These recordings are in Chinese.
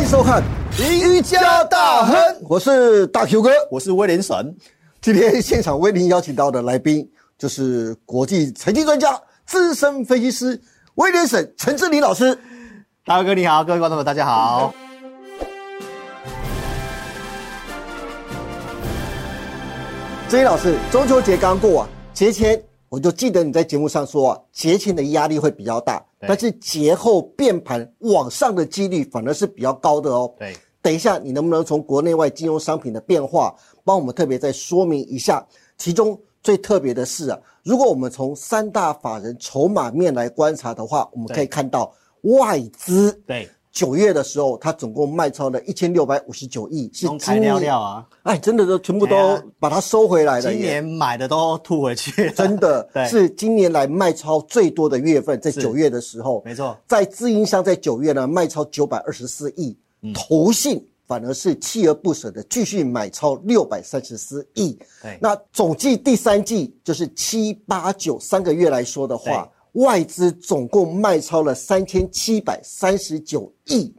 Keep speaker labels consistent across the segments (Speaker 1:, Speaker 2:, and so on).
Speaker 1: 迎收看《瑜伽大亨》，我是大 Q 哥。
Speaker 2: 我是威廉神，
Speaker 1: 今天现场为您邀请到的来宾就是国际财经专家、资深分析师威廉沈陈志林老师。
Speaker 2: 大哥你好，各位观众朋友大家好。
Speaker 1: 志林老师，中秋节刚过啊，节前我就记得你在节目上说啊，节前的压力会比较大，
Speaker 2: 对
Speaker 1: 但是节后变盘往上的几率反而是比较高的哦。
Speaker 2: 对，
Speaker 1: 等一下，你能不能从国内外金融商品的变化，帮我们特别再说明一下？其中最特别的是啊，如果我们从三大法人筹码面来观察的话，我们可以看到外资
Speaker 2: 对，
Speaker 1: 九月的时候，它总共卖超了一千六百五十九亿，是
Speaker 2: 用
Speaker 1: 今
Speaker 2: 材料
Speaker 1: 年
Speaker 2: 料啊，
Speaker 1: 哎，真的都全部
Speaker 2: 哎
Speaker 1: 都
Speaker 2: 呀
Speaker 1: 把它收回来了耶。
Speaker 2: 今年买的都吐回去了，
Speaker 1: 真的
Speaker 2: 对
Speaker 1: 是今年来卖超最多的月份，在
Speaker 2: 是
Speaker 1: 九月的时候，
Speaker 2: 没错
Speaker 1: 在自营商在九月呢卖超九百二十四亿，
Speaker 2: 嗯
Speaker 1: 投信反而是锲而不舍的继续买超六百三十四亿。
Speaker 2: 对
Speaker 1: 那总计第三季就是七八九三个月来说的话，外资总共卖超了三千七百三十九亿。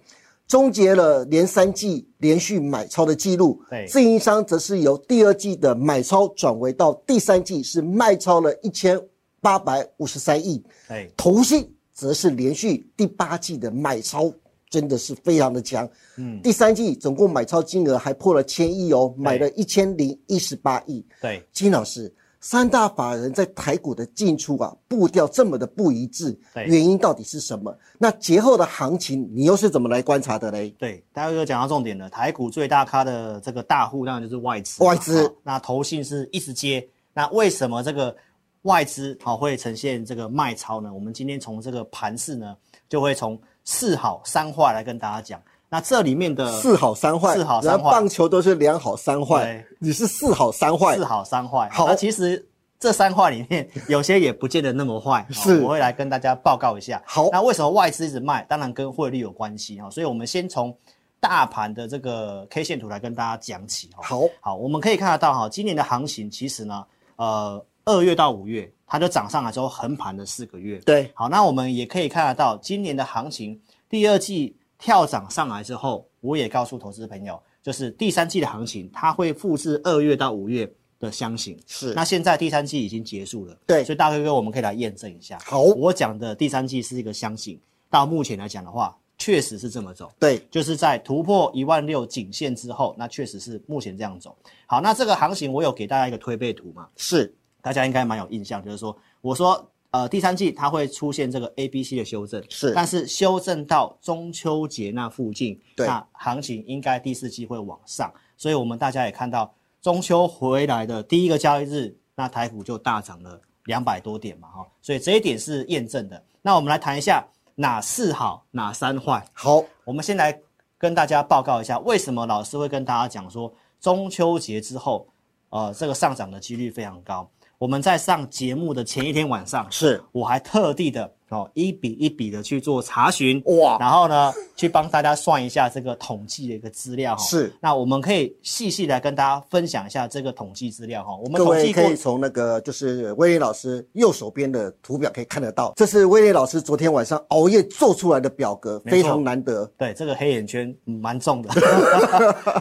Speaker 1: 终结了连三季连续买超的记录，
Speaker 2: 对
Speaker 1: 自营商则是由第二季的买超转为到第三季是卖超了一千八百五十三亿，
Speaker 2: 对，
Speaker 1: 投信则是连续第八季的买超，真的是非常的强。嗯，第三季总共买超金额还破了千亿哦，买了一千零一十八亿。
Speaker 2: 对，
Speaker 1: 金老师，三大法人在台股的进出啊步调这么的不一致，
Speaker 2: 对
Speaker 1: 原因到底是什么？那节后的行情你又是怎么来观察的嘞？
Speaker 2: 对，大哥讲到重点了。台股最大咖的这个大户当然就是外资嘛，
Speaker 1: 外资
Speaker 2: 哦那投信是一直接。那为什么这个外资好、哦会呈现这个卖超呢？我们今天从这个盘势呢，就会从四好三坏来跟大家讲。那这里面的
Speaker 1: 四好三坏，
Speaker 2: 呃四好
Speaker 1: 人
Speaker 2: 三
Speaker 1: 家
Speaker 2: 坏
Speaker 1: 棒球都是两好三坏
Speaker 2: 对，
Speaker 1: 你是四好三坏
Speaker 2: 四，好三坏。
Speaker 1: 好
Speaker 2: 那其实这三坏里面有些也不见得那么坏， 哦
Speaker 1: 是
Speaker 2: 我会来跟大家报告一下。
Speaker 1: 好
Speaker 2: 那为什么外资一直卖？当然跟汇率有关系哈、哦所以我们先从大盘的这个 K 线图来跟大家讲起哈、哦
Speaker 1: 好，
Speaker 2: 好，我们可以看得到哈，今年的行情其实呢，呃，二月到五月它就涨上来之后横盘了四个月。
Speaker 1: 对，
Speaker 2: 好，那我们也可以看得到，今年的行情第二季跳涨上来之后，我也告诉投资朋友，就是第三季的行情，它会复制二月到五月的箱型。
Speaker 1: 是
Speaker 2: 那现在第三季已经结束了，
Speaker 1: 对
Speaker 2: 所以大哥哥，我们可以来验证一下。
Speaker 1: 好
Speaker 2: 我讲的第三季是一个箱型，到目前来讲的话，确实是这么走。
Speaker 1: 对，
Speaker 2: 就是在突破一万六颈线之后，那确实是目前这样走。好，那这个行情我有给大家一个推背图嘛，
Speaker 1: 是
Speaker 2: 大家应该蛮有印象，就是说我说呃第三季它会出现这个 A、B、C 的修正，
Speaker 1: 是
Speaker 2: 但是修正到中秋节那附近，
Speaker 1: 对
Speaker 2: 那行情应该第四季会往上，所以我们大家也看到中秋回来的第一个交易日，那台股就大涨了两百多点嘛，哈，所以这一点是验证的。那我们来谈一下哪四好，哪三坏。
Speaker 1: 好，
Speaker 2: 我们先来跟大家报告一下，为什么老师会跟大家讲说中秋节之后，呃，这个上涨的几率非常高。我们在上节目的前一天晚上，
Speaker 1: 是
Speaker 2: 我还特地的哦一笔一笔的去做查询，
Speaker 1: 哇
Speaker 2: 然后呢，去帮大家算一下这个统计的一个资料哈、哦。
Speaker 1: 是，
Speaker 2: 那我们可以细细来跟大家分享一下这个统计资料哈、哦。我们
Speaker 1: 各
Speaker 2: 统
Speaker 1: 位
Speaker 2: 计
Speaker 1: 可
Speaker 2: 过
Speaker 1: 以从那个就是威廉老师右手边的图表可以看得到，这是威廉老师昨天晚上熬夜做出来的表格，
Speaker 2: 没错
Speaker 1: 非常难得。
Speaker 2: 对，这个黑眼圈嗯蛮重的。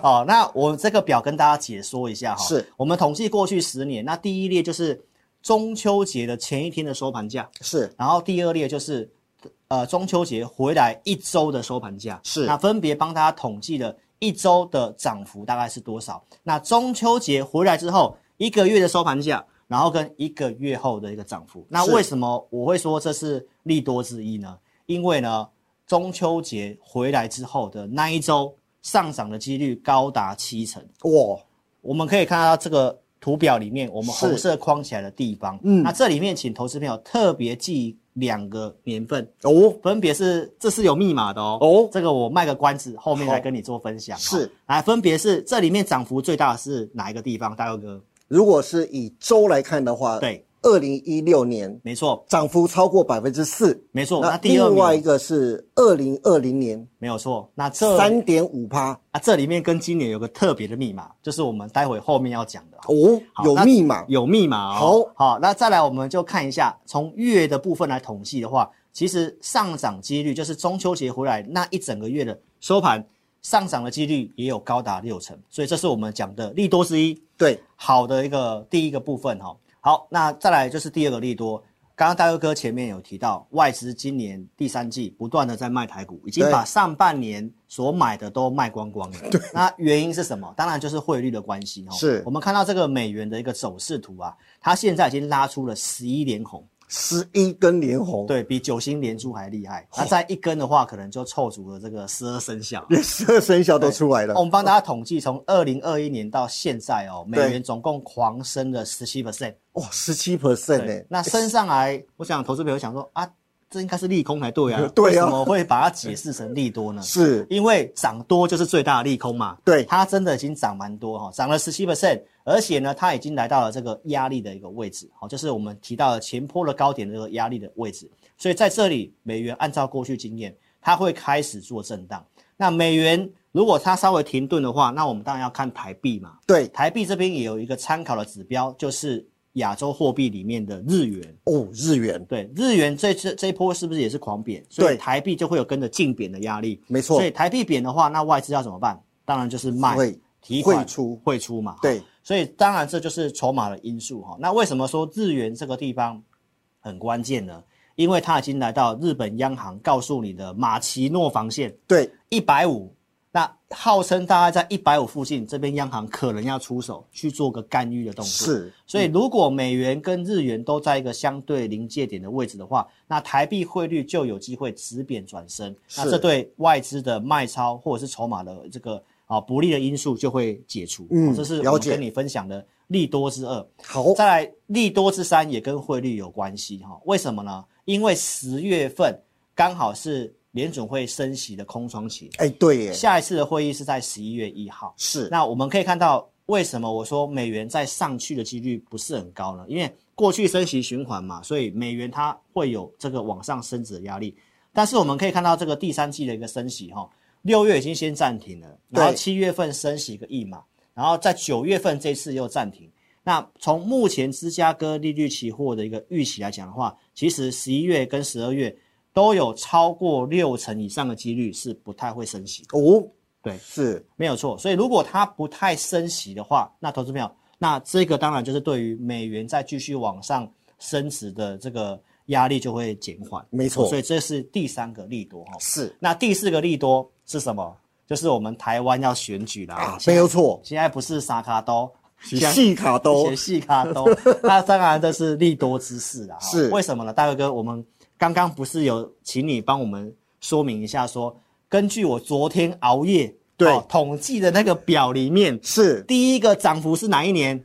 Speaker 2: 哦，那我这个表跟大家解说一下哈。
Speaker 1: 是
Speaker 2: 我们统计过去十年，那第一列就是中秋节的前一天的收盘价，
Speaker 1: 是
Speaker 2: 然后第二列就是呃中秋节回来一周的收盘价。
Speaker 1: 是
Speaker 2: 那分别帮大家统计了一周的涨幅大概是多少？那中秋节回来之后一个月的收盘价。然后跟一个月后的一个涨幅，那
Speaker 1: 是
Speaker 2: 为什么我会说这是利多之一呢？因为呢，中秋节回来之后的那一周上涨的几率高达七成。
Speaker 1: 哇，
Speaker 2: 我们可以看到这个图表里面，我们
Speaker 1: 是
Speaker 2: 红色框起来的地方，
Speaker 1: 嗯
Speaker 2: 那这里面请投资朋友特别记两个年份，
Speaker 1: 哦，
Speaker 2: 分别是这是有密码的哦，
Speaker 1: 哦
Speaker 2: 这个我卖个关子，后面
Speaker 1: 好
Speaker 2: 来跟你做分享。
Speaker 1: 是
Speaker 2: 好，来分别是这里面涨幅最大的是哪一个地方？大佑哥，
Speaker 1: 如果是以周来看的话，
Speaker 2: 对，
Speaker 1: 二零一六年
Speaker 2: 没错，
Speaker 1: 涨幅超过百分之四，
Speaker 2: 没错，
Speaker 1: 那
Speaker 2: 哦那第二
Speaker 1: 另外一
Speaker 2: 名
Speaker 1: 个是二零二零年
Speaker 2: 没有错，那这
Speaker 1: 三点五趴
Speaker 2: 啊这里面跟今年有个特别的密码，就是我们待会后面要讲的。
Speaker 1: 哦，
Speaker 2: 好
Speaker 1: 有
Speaker 2: 那
Speaker 1: 密码
Speaker 2: 有密码哦。好，好，那再来我们就看一下，从月的部分来统计的话，其实上涨几率就是中秋节回来那一整个月的收盘上涨的几率也有高达六成，所以这是我们讲的利多之一，
Speaker 1: 对，
Speaker 2: 好的一个第一个部分哈。好，那再来就是第二个利多，刚刚大佑哥前面有提到，外资今年第三季不断的在卖台股，已经
Speaker 1: 对
Speaker 2: 把上半年所买的都卖光光了。 对，那原因是什么？当然就是汇率的关系哈。
Speaker 1: 是
Speaker 2: 我们看到这个美元的一个走势图啊，它现在已经拉出了十一连红。
Speaker 1: 十一根连红，
Speaker 2: 对比九星连珠还厉害。那在一根的话，可能就凑足了这个十二生肖。
Speaker 1: 连十二生肖都出来了
Speaker 2: 我。们帮大家统计，从二零二一年到现在哦，美
Speaker 1: 对
Speaker 2: 元总共狂升了十七 percent。
Speaker 1: 哇，十七 percent
Speaker 2: 对
Speaker 1: 呢，，
Speaker 2: 那升上来，我想投资朋友想说啊，这应该是利空才对啊
Speaker 1: 对啊
Speaker 2: 为什么会把它解释成 利多呢？
Speaker 1: 是
Speaker 2: 因为涨多就是最大的利空嘛。
Speaker 1: 对
Speaker 2: 它真的已经涨蛮多哈、涨了十七 percent，而且呢，它已经来到了这个压力的一个位置，好、就是我们提到的前坡的高点的这个压力的位置。所以在这里，美元按照过去经验，它会开始做震荡。那美元如果它稍微停顿的话，那我们当然要看台币嘛。
Speaker 1: 对
Speaker 2: 台币这边也有一个参考的指标，就是亚洲货币里面的日元。
Speaker 1: 哦，日元
Speaker 2: 对，日元这这这一波是不是也是狂贬？所
Speaker 1: 对
Speaker 2: 以台币就会有跟着竞贬的压力。
Speaker 1: 没错
Speaker 2: 所以台币贬的话，那外资要怎么办？当然就是卖
Speaker 1: 会
Speaker 2: 提款
Speaker 1: 汇出
Speaker 2: 汇出嘛。
Speaker 1: 对
Speaker 2: 哈，所以当然这就是筹码的因素哈。那为什么说日元这个地方很关键呢？因为它已经来到日本央行告诉你的马奇诺防线
Speaker 1: 对
Speaker 2: 一百五。那号称大概在一百五附近，这边央行可能要出手去做个干预的动作。
Speaker 1: 是嗯
Speaker 2: 所以，如果美元跟日元都在一个相对临界点的位置的话，那台币汇率就有机会止贬转升。那
Speaker 1: 是
Speaker 2: 这对外资的卖超或者是筹码的这个啊不利的因素就会解除。
Speaker 1: 嗯
Speaker 2: 哦这是我
Speaker 1: 了
Speaker 2: 们
Speaker 1: 解哦
Speaker 2: 跟你分享的利多之二。
Speaker 1: 好
Speaker 2: 再来，利多之三也跟汇率有关系哈、为什么呢？因为十月份刚好是联准会升息的空窗期，
Speaker 1: 哎，对耶，
Speaker 2: 下一次的会议是在十一月一号。
Speaker 1: 是
Speaker 2: 那我们可以看到，为什么我说美元在上去的几率不是很高呢？因为过去升息循环嘛，所以美元它会有这个往上升值的压力。但是我们可以看到，这个第三季的一个升息哈，六月已经先暂停了，然后
Speaker 1: 对
Speaker 2: 七月份升息一个亿嘛，然后在九月份这次又暂停。那从目前芝加哥利率期货的一个预期来讲的话，其实十一月跟十二月都有超过六成以上的几率是不太会升息的。
Speaker 1: 哦，
Speaker 2: 对
Speaker 1: 是
Speaker 2: 没有错。所以如果它不太升息的话，那投资朋友，那这个当然就是对于美元再继续往上升值的这个压力就会减缓。哦
Speaker 1: 没错
Speaker 2: 所以这是第三个利多哈。
Speaker 1: 是
Speaker 2: 那第四个利多是什么？就是我们台湾要选举啦，
Speaker 1: 啊，
Speaker 2: 现
Speaker 1: 没有错，
Speaker 2: 现在不是沙卡都，现在
Speaker 1: 细卡都
Speaker 2: 写戏卡都， 那当然这是利多之事啦。哈
Speaker 1: 是
Speaker 2: 为什么呢？大卫哥，我们刚刚不是有请你帮我们说明一下说根据我昨天熬夜哦
Speaker 1: 对
Speaker 2: 统计的那个表里面，
Speaker 1: 是
Speaker 2: 第一个涨幅是哪一年？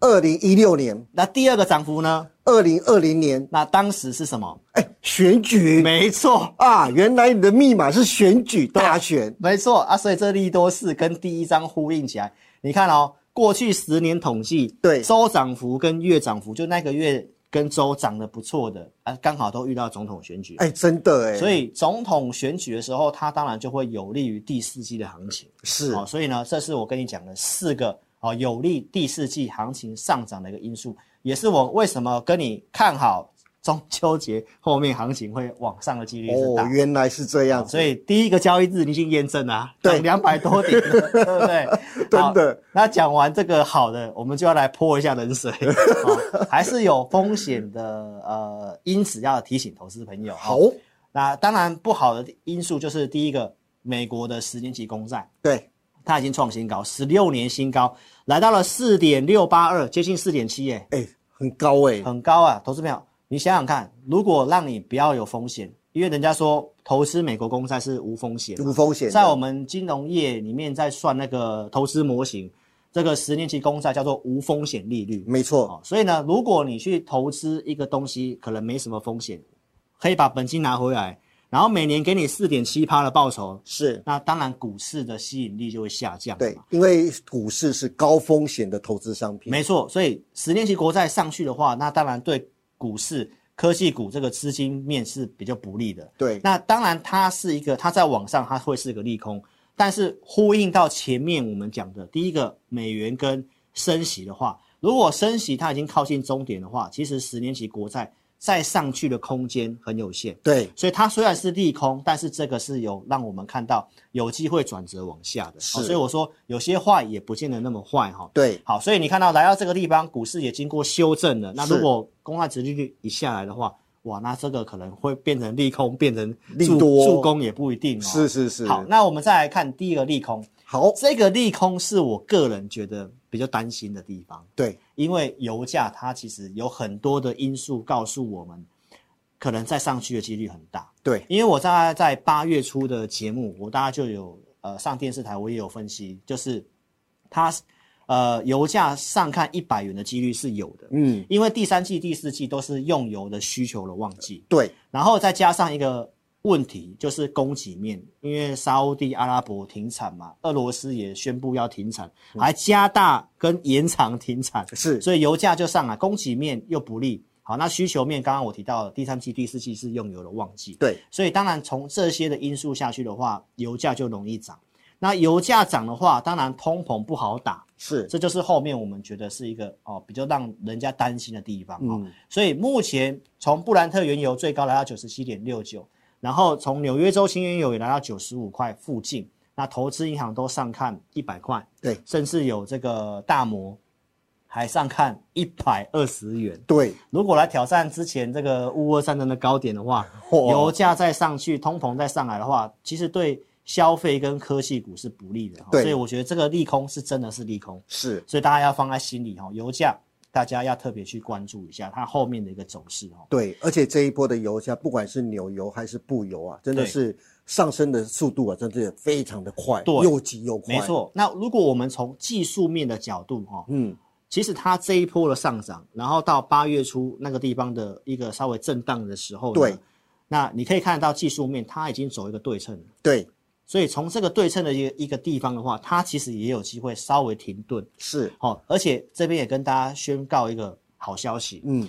Speaker 1: 二零一六年、
Speaker 2: 那第二个涨幅呢？
Speaker 1: 二零二零年，
Speaker 2: 那当时是什么？
Speaker 1: 哎，选举
Speaker 2: 没错，
Speaker 1: 啊，原来你的密码是选举大选，
Speaker 2: 没错啊！所以这利多是跟第一章呼应起来。你看哦，过去十年统计，
Speaker 1: 对
Speaker 2: 周涨幅跟月涨幅，就那个月跟周涨得不错的啊，刚好都遇到总统选举。
Speaker 1: 哎，真的哎，
Speaker 2: 所
Speaker 1: 以
Speaker 2: 以总统选举的时候，它当然就会有利于第四季的行情。
Speaker 1: 是
Speaker 2: 哦，所以呢，这是我跟你讲的四个哦，有利第四季行情上涨的一个因素，也是我为什么跟你看好中秋节后面行情会往上的几率是大。
Speaker 1: 哦，原来是这样子，
Speaker 2: 所以第一个交易日你已经验证了、啊，
Speaker 1: 对
Speaker 2: 涨两百多点了， 对不对？
Speaker 1: 真
Speaker 2: 好
Speaker 1: 的。
Speaker 2: 那讲完这个好的，我们就要来泼一下 冷水，哦、还是有风险的呃因此要提醒投资朋友。哦
Speaker 1: 好，
Speaker 2: 那当然不好的因素就是第一个，美国的十年期公债
Speaker 1: 对，
Speaker 2: 它已经创新高，十六年新高，来到了四点六八二，接近四点七耶，
Speaker 1: 哎，很高哎，
Speaker 2: 很高啊！投资朋友，你想想看，如果让你不要有风险，因为人家说投资美国公债是无风险嘛，
Speaker 1: 无风险的，
Speaker 2: 在我们金融业里面在算那个投资模型，这个十年期公债叫做无风险利率。
Speaker 1: 没错，
Speaker 2: 哦，所以呢，如果你去投资一个东西，可能没什么风险，可以把本金拿回来，然后每年给你四点七趴的报酬，
Speaker 1: 是
Speaker 2: 那当然股市的吸引力就会下降。
Speaker 1: 对，，因为股市是高风险的投资商品，
Speaker 2: 没错。所以十年期国债上去的话，那当然对股市、科技股这个资金面是比较不利的。
Speaker 1: 对，
Speaker 2: 那当然，它是一个，它在网上它会是个利空，但是呼应到前面我们讲的第一个美元跟升息的话，如果升息它已经靠近终点的话，其实十年期国债再上去的空间很有限。
Speaker 1: 对，
Speaker 2: 所以它虽然是利空，但是这个是有让我们看到有机会转折往下的。哦
Speaker 1: 是
Speaker 2: 好所以我说有些坏也不见得那么坏哈。
Speaker 1: 对，
Speaker 2: 好，所以你看到来到这个地方，股市也经过修正了。那
Speaker 1: 是
Speaker 2: 如果公债殖利率一下来的话，哇，那这个可能会变成利空，变成
Speaker 1: 利
Speaker 2: 助
Speaker 1: 多
Speaker 2: 助攻也不一定哦。
Speaker 1: 是是是，
Speaker 2: 好，那我们再来看第一个利空，
Speaker 1: 好，
Speaker 2: 这个利空是我个人觉得比较担心的地方。
Speaker 1: 对，
Speaker 2: 因为油价它其实有很多的因素告诉我们，可能再上去的几率很大。
Speaker 1: 对，
Speaker 2: 因为我在在八月初的节目，我大家就有呃上电视台，我也有分析，就是它呃油价上看一百元的几率是有的，
Speaker 1: 嗯，
Speaker 2: 因为第三季、第四季都是用油的需求的旺季，
Speaker 1: 对，
Speaker 2: 然后再加上一个问题，就是供给面，因为沙烏地阿拉伯停产嘛，俄罗斯也宣布要停产，还加大跟延长停产，
Speaker 1: 是，
Speaker 2: 所以油价就上来，供给面又不利。好，那需求面刚刚我提到了，第三季、第四季是用油的旺季，
Speaker 1: 对，
Speaker 2: 所以当然从这些的因素下去的话，油价就容易涨。那油价涨的话，当然通膨不好打，
Speaker 1: 是，
Speaker 2: 这就是后面我们觉得是一个哦比较让人家担心的地方哦。
Speaker 1: 嗯
Speaker 2: 所以目前从布兰特原油最高来到九十七点六九，然后从纽约州轻原油也来到九十五块附近，那投资银行都上看一百块，
Speaker 1: 对，
Speaker 2: 甚至有这个大摩还上看一百二十元。
Speaker 1: 对，
Speaker 2: 如果来挑战之前这个乌二三三的高点的话，
Speaker 1: 哇
Speaker 2: 油价再上去，通膨再上来的话，其实对消费跟科技股是不利的哈。
Speaker 1: 对
Speaker 2: 所以我觉得这个利空是真的是利空，
Speaker 1: 是，
Speaker 2: 所以大家要放在心里哈。油价大家要特别去关注一下它后面的一个走势哈。
Speaker 1: 对，而且这一波的油价，不管是纽油还是布油啊，真的
Speaker 2: 对
Speaker 1: 是上升的速度啊，真的是非常的快，
Speaker 2: 对
Speaker 1: 又急又快，
Speaker 2: 没，错，那如果我们从技术面的角度哈，
Speaker 1: 嗯，
Speaker 2: 其实它这一波的上涨，然后到八月初那个地方的一个稍微震荡的时候，
Speaker 1: 对，
Speaker 2: 那你可以看得到技术面它已经走一个对称了。
Speaker 1: 对，
Speaker 2: 所以从这个对称的一个一个地方的话，它其实也有机会稍微停顿。
Speaker 1: 是，
Speaker 2: 好、而且这边也跟大家宣告一个好消息，
Speaker 1: 嗯，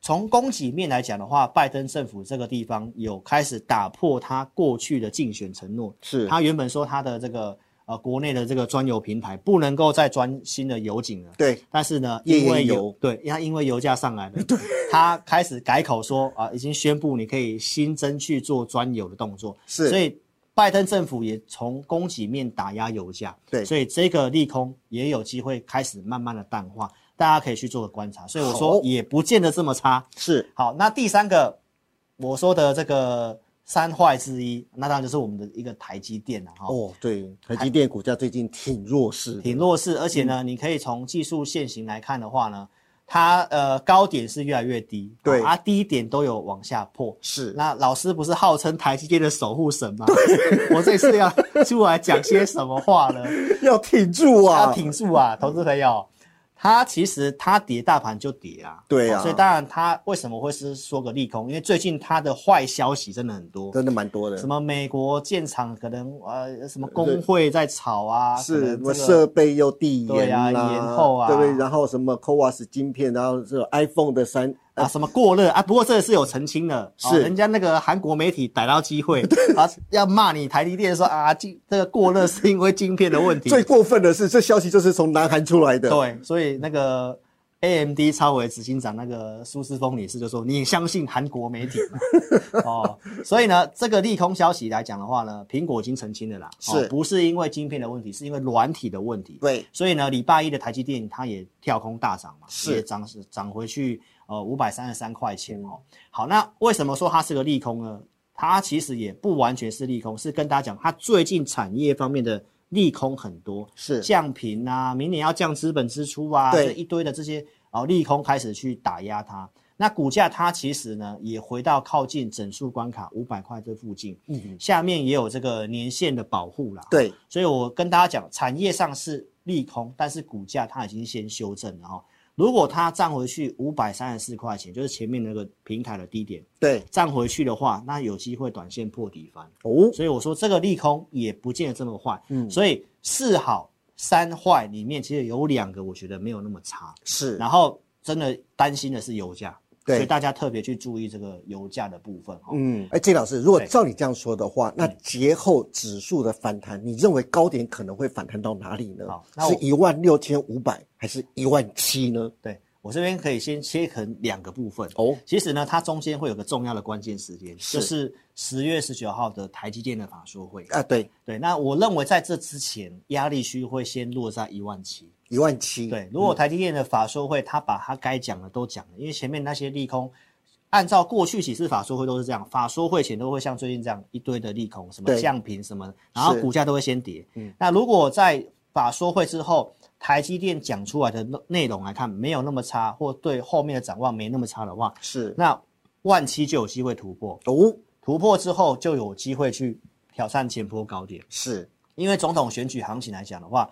Speaker 2: 从供给面来讲的话，拜登政府这个地方有开始打破他过去的竞选承诺，
Speaker 1: 是，
Speaker 2: 他原本说他的这个呃国内的这个专油平台不能够再专新的油井了。
Speaker 1: 对，
Speaker 2: 但是呢，
Speaker 1: 页岩
Speaker 2: 因为
Speaker 1: 油
Speaker 2: 油对，他因为油价上来 了，对，他开始改口说啊、已经宣布你可以新增去做专油的动作，
Speaker 1: 是
Speaker 2: 所以拜登政府也从供给面打压油价，
Speaker 1: 对
Speaker 2: 所以这个利空也有机会开始慢慢的淡化，大家可以去做个观察。所以我
Speaker 1: 好哦
Speaker 2: 说也不见得这么差。
Speaker 1: 是，
Speaker 2: 好，那第三个我说的这个三坏之一，那当然就是我们的一个台积电啊了、哈。
Speaker 1: 哦，对，台积电股价最近挺弱势的，
Speaker 2: 挺弱势，而且
Speaker 1: 嗯
Speaker 2: 呢，你可以从技术线型来看的话呢，它呃高点是越来越低，
Speaker 1: 对
Speaker 2: 啊低点都有往下破。
Speaker 1: 是，
Speaker 2: 那老师不是号称台积电的守护神吗？我这次要出来讲些什么话呢？
Speaker 1: 要挺住
Speaker 2: 要
Speaker 1: 啊，
Speaker 2: 挺住啊，投资朋友。它其实它跌，大盘就跌啊。
Speaker 1: 对啊
Speaker 2: 所以当然它为什么会是说个利空？因为最近它的坏消息真的很多，
Speaker 1: 真的蛮多的，
Speaker 2: 什么美国建厂可能呃什么工会在吵啊，可
Speaker 1: 是
Speaker 2: 能
Speaker 1: 什
Speaker 2: 这
Speaker 1: 么
Speaker 2: 个
Speaker 1: 设备又递
Speaker 2: 对
Speaker 1: 延
Speaker 2: 啊
Speaker 1: 啦、
Speaker 2: 延后啊
Speaker 1: 对不对？然后什么 CoWAS 晶片，然后是 iPhone 的三，
Speaker 2: 啊，什么过热啊？不过这个是有澄清的，哦
Speaker 1: 是
Speaker 2: 人家那个韩国媒体逮到机 会啊，要骂你台积电说啊，晶这个过热是因为晶片的问题。
Speaker 1: 最过分的是，这消息就是从南韩出来的，
Speaker 2: 对，所以那个 AMD 超微执行长那个苏斯峰女士就说：“你相信韩国媒体吗？” 哦，所以呢，这个利空消息来讲的话呢，苹果已经澄清了啦，
Speaker 1: 是
Speaker 2: 哦、不是因为晶片的问题，是因为软体的问题。
Speaker 1: 对
Speaker 2: 所以呢，礼拜一的台积电它也跳空大涨嘛，
Speaker 1: 是
Speaker 2: 也涨涨回去呃五百三十三块钱哦。好，那为什么说它是个利空呢？它其实也不完全是利空，是跟大家讲，它最近产业方面的利空很多，
Speaker 1: 是
Speaker 2: 降频啊，明年要降资本支出啊，
Speaker 1: 对
Speaker 2: 这一堆的这些啊利空开始去打压它。那股价它其实呢也回到靠近整数关卡五百块这附近，
Speaker 1: 嗯
Speaker 2: 下面也有这个年限的保护啦。
Speaker 1: 对，
Speaker 2: 所以我跟大家讲，产业上是利空，但是股价它已经先修正了哈、哦。如果它站回去五百三十四块钱，就是前面那个平台的低点，
Speaker 1: 对
Speaker 2: 站回去的话，那有机会短线破底翻。
Speaker 1: 哦，
Speaker 2: 所以我说这个利空也不见得这么坏。
Speaker 1: 嗯
Speaker 2: 所以四好三坏里面，其实有两个我觉得没有那么差。
Speaker 1: 是
Speaker 2: 然后真的担心的是油价，
Speaker 1: 对
Speaker 2: 所以大家特别去注意这个油价的部分哈、哦。
Speaker 1: 嗯，哎，金老师，如果
Speaker 2: 对嗯
Speaker 1: 照你这样说的话，那节后指数的反弹，你认为高点可能会反弹到哪里呢
Speaker 2: 好？那
Speaker 1: 是
Speaker 2: 我
Speaker 1: 一万六千五百还是一万七呢？
Speaker 2: 对我这边可以先切成两个部分。
Speaker 3: 哦，
Speaker 2: 其实呢，它中间会有个重要的关键时间，
Speaker 3: 是
Speaker 2: 就是十月十九号的台积电的法说会。
Speaker 1: 啊，对，
Speaker 2: 对，那我认为在这之前，压力区会先落在一万七。
Speaker 1: 一万七，
Speaker 2: 对，如果台积电的法说会，他把他该讲的都讲了，因为前面那些利空，按照过去几次法说会都是这样，法说会前都会像最近这样一堆的利空，什么
Speaker 1: 对
Speaker 2: 降频什么的，然后
Speaker 1: 是嗯
Speaker 2: 股价都会先跌。那如果在法说会之后，台积电讲出来的内内容来看，没有那么差，或对后面的展望没那么差的话，
Speaker 1: 是
Speaker 2: 那万七就有机会突破，
Speaker 1: 哦，
Speaker 2: 突破之后就有机会去挑战前波高点。
Speaker 1: 是
Speaker 2: 因为总统选举行情来讲的话，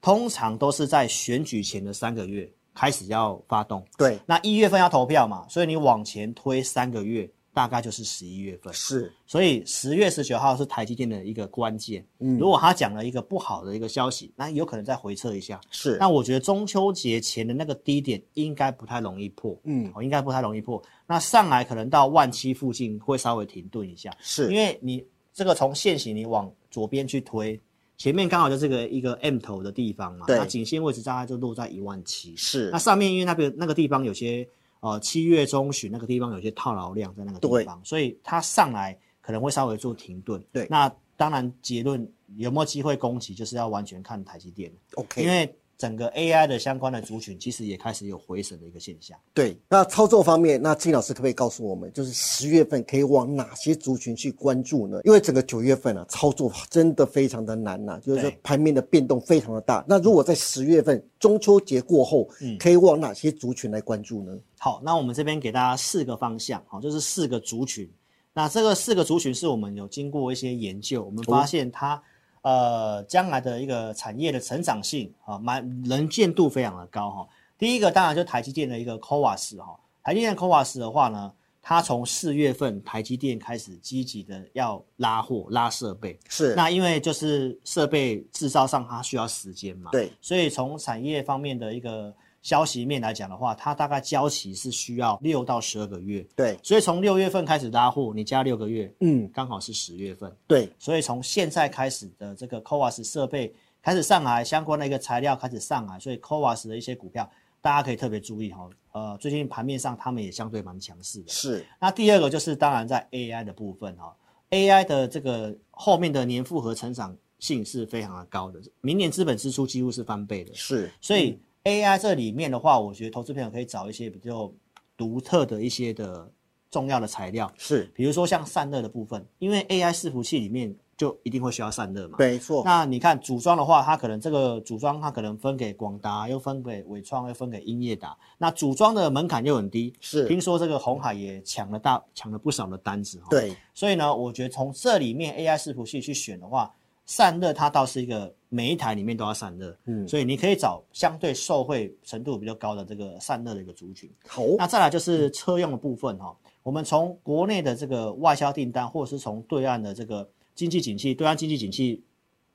Speaker 2: 通常都是在选举前的三个月开始要发动。
Speaker 1: 对，
Speaker 2: 那一月份要投票嘛，所以你往前推三个月，大概就是十一月份。
Speaker 1: 是
Speaker 2: 所以十月十九号是台积电的一个关键。
Speaker 1: 嗯
Speaker 2: 如果他讲了一个不好的一个消息，那有可能再回撤一下。
Speaker 1: 是，
Speaker 2: 但我觉得中秋节前的那个低点应该不太容易破，
Speaker 1: 嗯
Speaker 2: 哦，应该不太容易破。那上来可能到万七附近会稍微停顿一下，
Speaker 1: 是
Speaker 2: 因为你这个从现行你往左边去推，前面刚好就是个一个 M 头的地方嘛，
Speaker 1: 对
Speaker 2: 那颈线位置大概就落在一万七，
Speaker 1: 是
Speaker 2: 那上面因为那边那个地方有些呃七月中旬那个地方有些套牢量在那个地
Speaker 1: 对
Speaker 2: 方，所以它上来可能会稍微做停顿。
Speaker 1: 对
Speaker 2: 那当然结论有没有机会攻击，就是要完全看台积电了，因
Speaker 1: OK，
Speaker 2: 为整个 AI 的相关的族群其实也开始有回升的一个现象。
Speaker 1: 对。那操作方面，那金老师可不可以告诉我们，就是十月份可以往哪些族群去关注呢？因为整个九月份啊，操作真的非常的难呐、就是说
Speaker 2: 对
Speaker 1: 盘面的变动非常的大。那如果在十月份中秋节过后，可以往哪些族群来关注呢？
Speaker 2: 好，那我们这边给大家四个方向，好，就是四个族群。那这个四个族群是我们有经过一些研究，我们发现它、呃将来的一个产业的成长性啊，蛮能见度非常的高哈、第一个当然就台积电的一个 CoWAS 哈、台积电的 CoWAS 的话呢，它从四月份台积电开始积极的要拉货拉设备，
Speaker 1: 是
Speaker 2: 那因为就是设备制造上它需要时间嘛，
Speaker 1: 对，
Speaker 2: 所以从产业方面的一个消息面来讲的话，它大概交期是需要六到十二个月，
Speaker 1: 对，
Speaker 2: 所以从六月份开始拉货，你加六个月，
Speaker 1: 嗯，
Speaker 2: 刚好是十月份，
Speaker 1: 对，
Speaker 2: 所以从现在开始的这个 CoWAS 设备开始上来，相关的一个材料开始上来，所以 CoWAS 的一些股票大家可以特别注意哈、呃，最近盘面上他们也相对蛮强势的，
Speaker 1: 是
Speaker 2: 那第二个就是当然在 AI 的部分哈、哦、，AI 的这个后面的年复合成长性是非常的高的，明年资本支出几乎是翻倍的。
Speaker 1: 是
Speaker 2: 所以 AI 这里面的话，我觉得投资朋友可以找一些比较独特的一些的重要的材料，
Speaker 1: 是，
Speaker 2: 比如说像散热的部分，因为 AI 伺服器里面就一定会需要散热嘛。
Speaker 1: 没错，
Speaker 2: 那你看组装的话，它可能这个组装它可能分给广达，又分给伟创，又分给英业达。那组装的门槛又很低，
Speaker 1: 是
Speaker 2: 听说这个红海也抢了大抢了不少的单子哈。，哦
Speaker 1: 对，
Speaker 2: 所以呢，我觉得从这里面 AI 伺服器去选的话，散热它倒是一个每一台里面都要散热，
Speaker 1: 嗯
Speaker 2: 所以你可以找相对受惠程度比较高的这个散热的一个族群。
Speaker 1: 好，
Speaker 2: 那再来就是车用的部分哈、我们从国内的这个外销订单，或者是从对岸的这个经济景气，对岸经济景气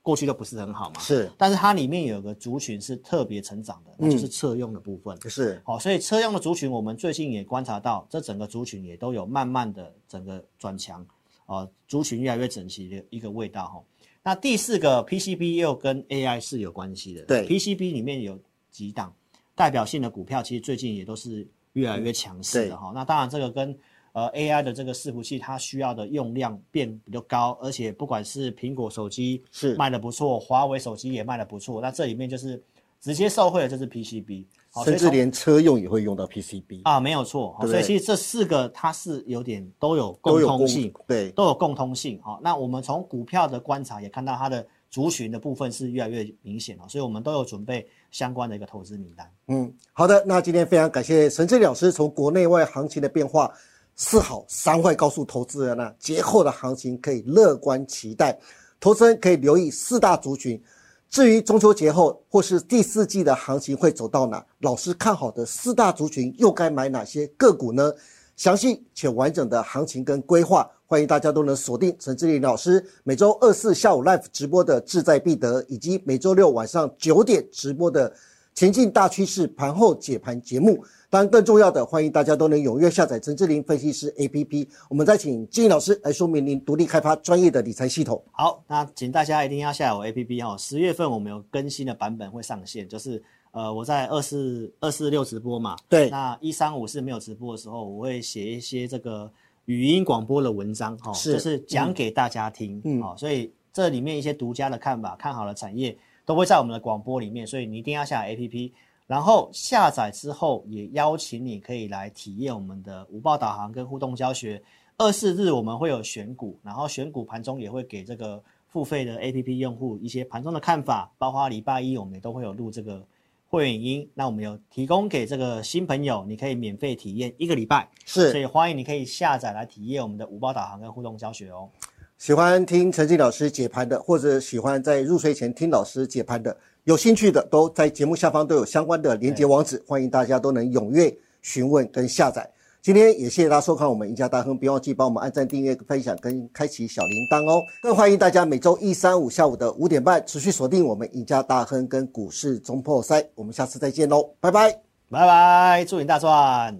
Speaker 2: 过去都不是很好嘛，
Speaker 1: 是
Speaker 2: 但是它里面有个族群是特别成长的，那
Speaker 1: 嗯
Speaker 2: 就是车用的部分。
Speaker 1: 是
Speaker 2: 好、所以车用的族群，我们最近也观察到，这整个族群也都有慢慢的整个转强，呃，族群越来越整齐的一个味道哈、那第四个 PCB 又跟 AI 是有关系的，
Speaker 1: 对
Speaker 2: ，PCB 里面有几档代表性的股票，其实最近也都是越来越强势的哈、那当然这个跟呃 AI 的这个伺服器，它需要的用量变比较高，而且不管是苹果手机
Speaker 1: 是
Speaker 2: 卖的不错，华为手机也卖的不错，那这里面就是直接受惠的就是 PCB，好所
Speaker 1: 甚
Speaker 2: 以
Speaker 1: 至
Speaker 2: 从
Speaker 1: 连车用也会用到 PCB，
Speaker 2: 啊，没有错。好
Speaker 1: 对不
Speaker 2: 所以
Speaker 1: 对
Speaker 2: 其实这四个它是有点都有共
Speaker 1: 都有
Speaker 2: 通
Speaker 1: 共
Speaker 2: 性，
Speaker 1: 对，
Speaker 2: 都有共通性。好，那我们从股票的观察也看到它的族群的部分是越来越明显了，所以我们都有准备相关的一个投资名单。
Speaker 1: 嗯，好的，那今天非常感谢沈志老师从国内外行情的变化四好三坏告诉投资人呢、啊节后的行情可以乐观期待，投资人可以留意四大族群。至于中秋节后或是第四季的行情会走到哪，老师看好的四大族群又该买哪些个股呢？详细且完整的行情跟规划，欢迎大家都能锁定陈志林老师每周二四下午 live 直播的志在必得，以及每周六晚上九点直播的前进大趋势盘后解盘节目。当然，更重要的，欢迎大家都能踊跃下载陈志林分析师 APP。我们再请志林老师来说明您独立开发专业的理财系统。
Speaker 2: 好，那请大家一定要下载我 APP 哦。十月份我们有更新的版本会上线，就是呃，我在二四二四六直播嘛，
Speaker 1: 对
Speaker 2: 那一三五是没有直播的时候，我会写一些这个语音广播的文章哈、哦，
Speaker 1: 是
Speaker 2: 就是讲给大家听，嗯，哦，所以这里面一些独家的看法、看好的产业都会在我们的广播里面，所以你一定要下载 APP，然后下载之后也邀请你可以来体验我们的无报导航跟互动教学。二四日我们会有选股，然后选股盘中也会给这个付费的 APP 用户一些盘中的看法，包括礼拜一我们也都会有录这个会员音，那我们有提供给这个新朋友，你可以免费体验一个礼拜，所
Speaker 1: 是
Speaker 2: 以欢迎你可以下载来体验我们的五包导航跟互动教学哦。
Speaker 1: 喜欢听陈静老师解盘的，或者喜欢在入睡前听老师解盘的，有兴趣的都在节目下方都有相关的连接网址，欢迎大家都能踊跃询问跟下载。今天也谢谢大家收看我们赢家大亨，别忘记帮我们按赞、订阅、分享跟开启小铃铛哦。更欢迎大家每周一、三、五下午的五点半持续锁定我们赢家大亨跟股市中破塞，我们下次再见喽，拜拜。
Speaker 2: 拜拜，祝你大赚！